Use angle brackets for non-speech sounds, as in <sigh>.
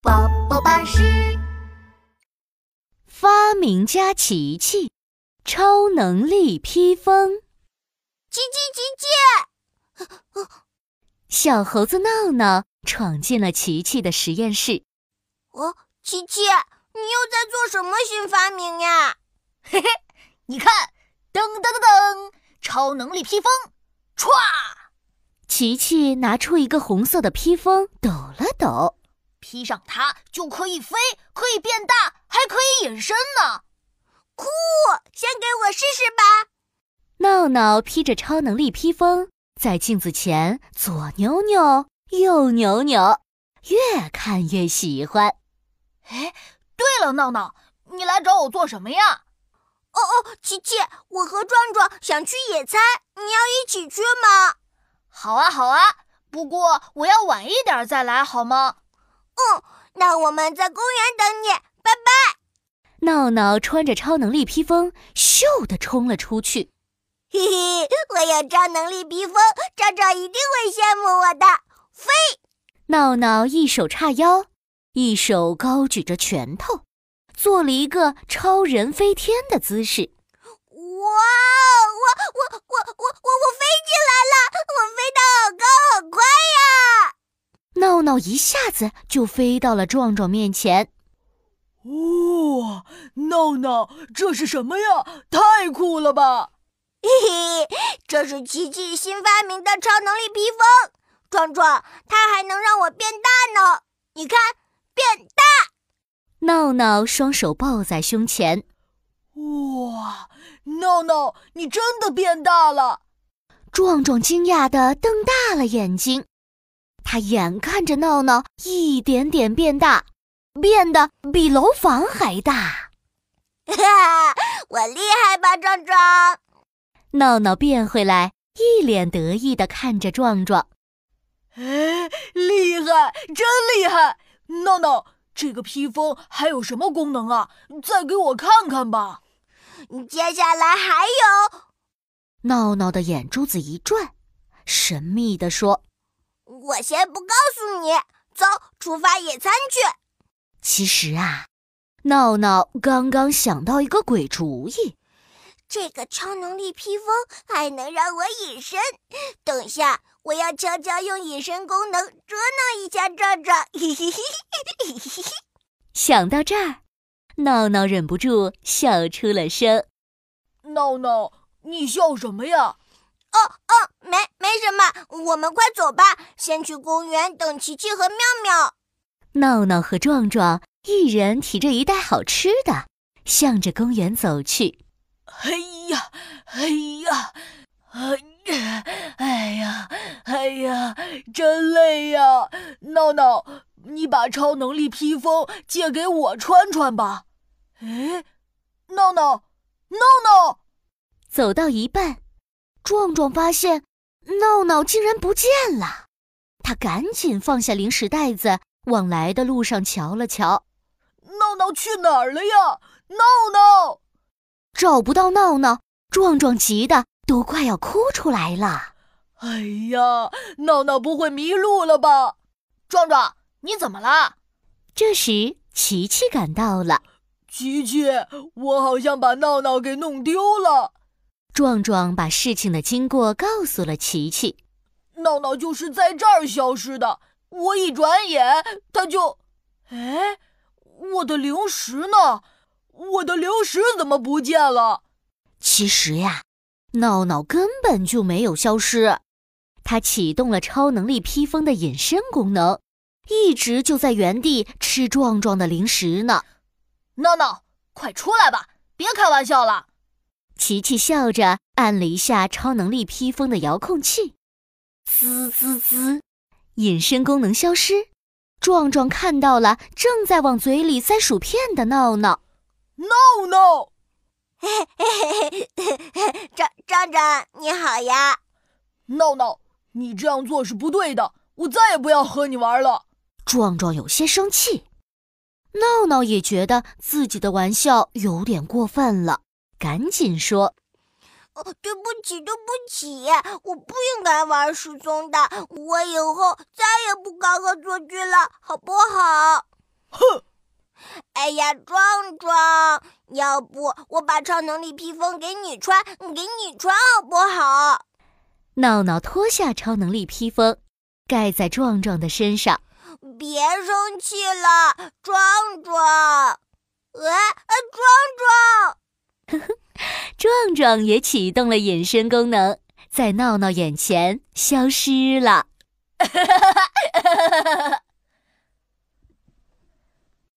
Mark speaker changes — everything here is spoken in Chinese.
Speaker 1: 宝宝巴士
Speaker 2: 发明家琪琪，超能力披风。
Speaker 3: 琪琪琪琪，
Speaker 2: 小猴子闹闹闯进了琪琪的实验室。
Speaker 3: 哦，琪琪，你又在做什么新发明呀？
Speaker 4: 你看，噔噔噔噔，超能力披风，歘！
Speaker 2: 琪琪拿出一个红色的披风，抖了抖。
Speaker 4: 披上它就可以飞，可以变大，还可以隐身呢。
Speaker 3: 酷，先给我试试吧。
Speaker 2: 闹闹披着超能力披风，在镜子前左扭扭，右扭扭，越看越喜欢。
Speaker 4: 哎，对了，闹闹，你来找我做什么呀？
Speaker 3: 哦哦，琪琪，我和壮壮想去野餐，你要一起去吗？
Speaker 4: 好啊，好啊，不过我要晚一点再来，好吗？
Speaker 3: 嗯，那我们在公园等你，拜拜。 <laughs>
Speaker 2: 闹闹穿着超能力披风，咻地冲了出去。
Speaker 3: 嘿嘿，我有超能力披风，赵赵一定会羡慕我的。飞！
Speaker 2: 闹闹一手叉腰，一手高举着拳头，做了一个超人飞天的姿势。
Speaker 3: 哇，我我我我我我飞起来了，我飞得好高好快呀！
Speaker 2: 闹闹一下子就飞到了壮壮面前。
Speaker 4: 哦
Speaker 5: 哇，闹闹，这是什么呀？太酷了吧！
Speaker 3: 嘿嘿， <laughs> 这是琪琪新发明的超能力披风，壮壮，它还能让我变大呢。你看，变大！
Speaker 2: 闹闹双手抱在胸前，
Speaker 5: 哇，闹闹，你真的变大了！
Speaker 2: 壮壮惊讶地瞪大了眼睛。他眼看着闹闹一点点变大，变得比楼房还大。
Speaker 3: 哈哈， <laughs> 我厉害吧，壮壮？
Speaker 2: 闹闹变回来，一脸得意地看着壮壮。
Speaker 5: 哎，厉害，真厉害！闹闹，这个披风还有什么功能啊？再给我看看吧。
Speaker 3: 接下来还有，
Speaker 2: 闹闹的眼珠子一转，神秘地说
Speaker 3: 我先不告诉你。走，出发野餐去。：“
Speaker 2: 其实啊，闹闹刚刚想到一个鬼主意。”
Speaker 3: 这个超能力披风还能让我隐身。等下，我要悄悄用隐身功能捉弄一下壮壮。 <laughs> 嘿嘿嘿。
Speaker 2: 想到这儿，闹闹忍不住笑出了声。
Speaker 5: 闹闹，你笑什么呀？
Speaker 3: 哦，没没什么，我们快走吧，先去公园等琪琪和妙妙。
Speaker 2: 闹闹和壮壮一人提着一袋好吃的，向着公园走去。
Speaker 5: 哎呀，哎呀，哎呀，哎呀，哎呀，真累呀！闹闹，你把超能力披风借给我穿穿吧。哎，闹闹，闹闹，
Speaker 2: 走到一半，壮壮发现闹闹竟然不见了，他赶紧放下零食袋子，往来的路上瞧了瞧，
Speaker 5: 闹闹去哪儿了呀？闹闹，
Speaker 2: 找不到闹闹，壮壮急得都快要哭出来了。
Speaker 5: 哎呀，闹闹不会迷路了吧？
Speaker 4: 壮壮，你怎么了？
Speaker 2: 这时，琪琪赶到了。
Speaker 5: 琪琪，我好像把闹闹给弄丢了。
Speaker 2: 壮壮把事情的经过告诉了琪琪，
Speaker 5: 闹闹就是在这儿消失的。我一转眼，他就……哎，我的零食呢？我的零食怎么不见了？
Speaker 2: 其实呀，闹闹根本就没有消失，他启动了超能力披风的隐身功能，一直就在原地吃壮壮的零食呢。
Speaker 4: 闹闹，快出来吧，别开玩笑了。
Speaker 2: 琪琪笑着按了一下超能力披风的遥控器，滋滋滋，隐身功能消失。壮壮看到了正在往嘴里塞薯片的闹闹，
Speaker 5: 闹闹，
Speaker 3: 壮壮壮，你好呀！
Speaker 5: 闹闹，你这样做是不对的，我再也不要和你玩了。
Speaker 2: 壮壮有些生气，闹闹也觉得自己的玩笑有点过分了，赶紧说。
Speaker 3: 哦，对不起，对不起，我不应该玩失踪的，我以后再也不搞恶作剧了，好不好？
Speaker 5: 哼，
Speaker 3: <laughs> 哎呀，壮壮，要不我把超能力披风给你穿，嗯给你穿好不好？
Speaker 2: 闹闹脱下超能力披风，盖在壮壮的身上。
Speaker 3: 别生气了，壮壮。哎哎，壮壮，
Speaker 2: 壮壮也启动了隐身功能，在闹闹眼前消失了。